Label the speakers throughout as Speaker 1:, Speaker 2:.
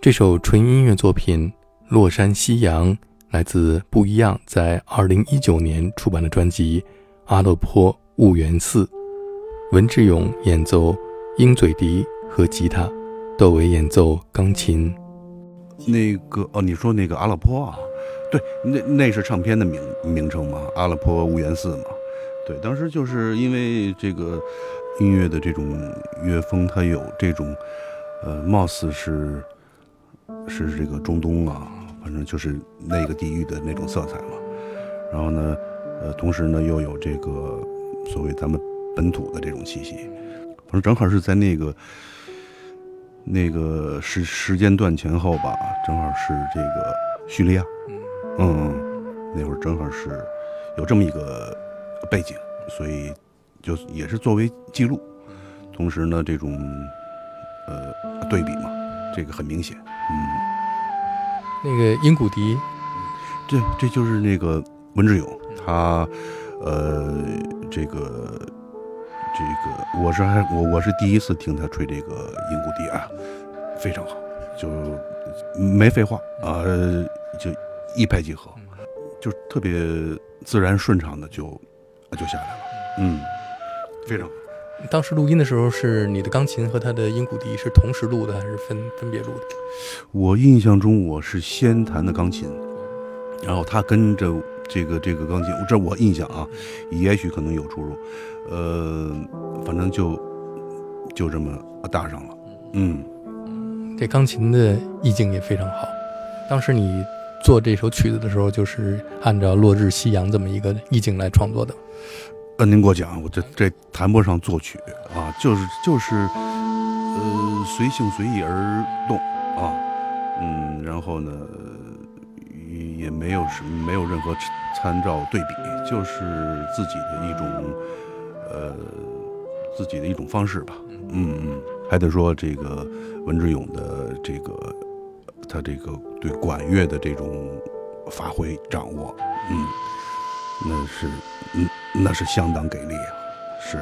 Speaker 1: 这首纯音乐作品《落山夕阳》来自不一样在二零一九年出版的专辑《阿勒颇婺源寺》，文志勇演奏鹰嘴笛和吉他，窦唯演奏钢琴。
Speaker 2: 那个哦，你说那个阿勒颇啊？对，那那是唱片的名名称嘛，阿勒颇婺源寺嘛。对，当时就是因为这个音乐的这种乐风，它有这种呃，貌似是是这个中东啊，反正就是那个地域的那种色彩嘛。然后呢，呃，同时呢又有这个所谓咱们本土的这种气息，反正正好是在那个那个时时间段前后吧，正好是这个叙利亚。嗯，那会儿正好是有这么一个背景，所以就也是作为记录，同时呢，这种呃对比嘛，这个很明显。嗯，
Speaker 1: 那个鹰骨笛，
Speaker 2: 这这就是那个文志勇，他呃这个这个，我是还我我是第一次听他吹这个鹰骨笛啊，非常好，就没废话啊、呃就一拍即合，就特别自然顺畅的就就下来了，嗯，非常好。
Speaker 1: 当时录音的时候是你的钢琴和他的鹰骨笛是同时录的还是分分别录的？
Speaker 2: 我印象中我是先弹的钢琴，然后他跟着这个这个钢琴，这我印象啊，也许可能有出入，呃，反正就就这么搭上了，嗯，
Speaker 1: 这钢琴的意境也非常好。当时你做这首曲子的时候，就是按照落日夕阳这么一个意境来创作的。
Speaker 2: 呃，您给我讲，我这这谈不上作曲啊，就是就是，呃，随性随意而动啊，嗯，然后呢，也也没有什没有任何参照对比，就是自己的一种，呃，自己的一种方式吧，嗯嗯，还得说这个文志勇的这个他这个对管乐的这种发挥掌握，嗯，那是嗯。那是相当给力啊！是。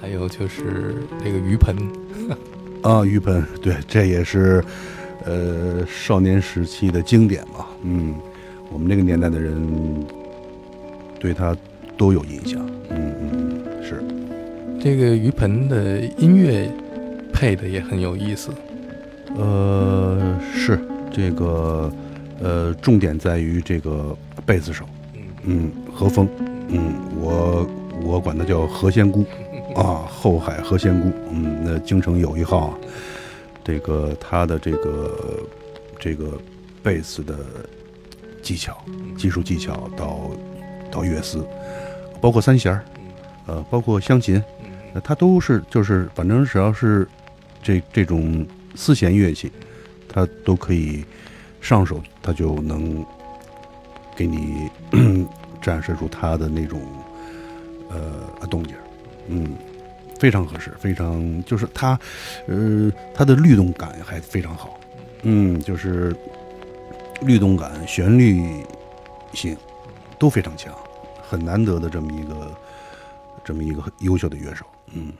Speaker 1: 还有就是那个鱼盆，
Speaker 2: 啊，玉盆，对，这也是，呃，少年时期的经典吧。嗯，我们这个年代的人对他都有印象。嗯嗯，嗯是，
Speaker 1: 这个鱼盆的音乐配的也很有意思。
Speaker 2: 呃，是这个，呃，重点在于这个贝斯手，
Speaker 1: 嗯
Speaker 2: 嗯，何峰，嗯，我我管他叫何仙姑。啊，后海何仙姑，嗯，那京城有一号啊，这个他的这个这个贝斯的技巧、技术技巧到到乐思，包括三弦儿，呃，包括湘琴，
Speaker 1: 嗯
Speaker 2: 呃他都是就是反正只要是这这种丝弦乐器，他都可以上手，他就能给你 展示出他的那种呃动静儿。嗯，非常合适，非常就是它，呃，它的律动感还非常好，嗯，就是律动感、旋律性都非常强，很难得的这么一个这么一个优秀的乐手，嗯。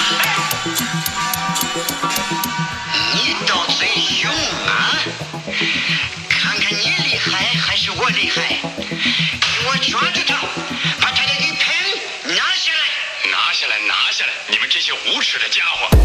Speaker 3: 啊使的家伙。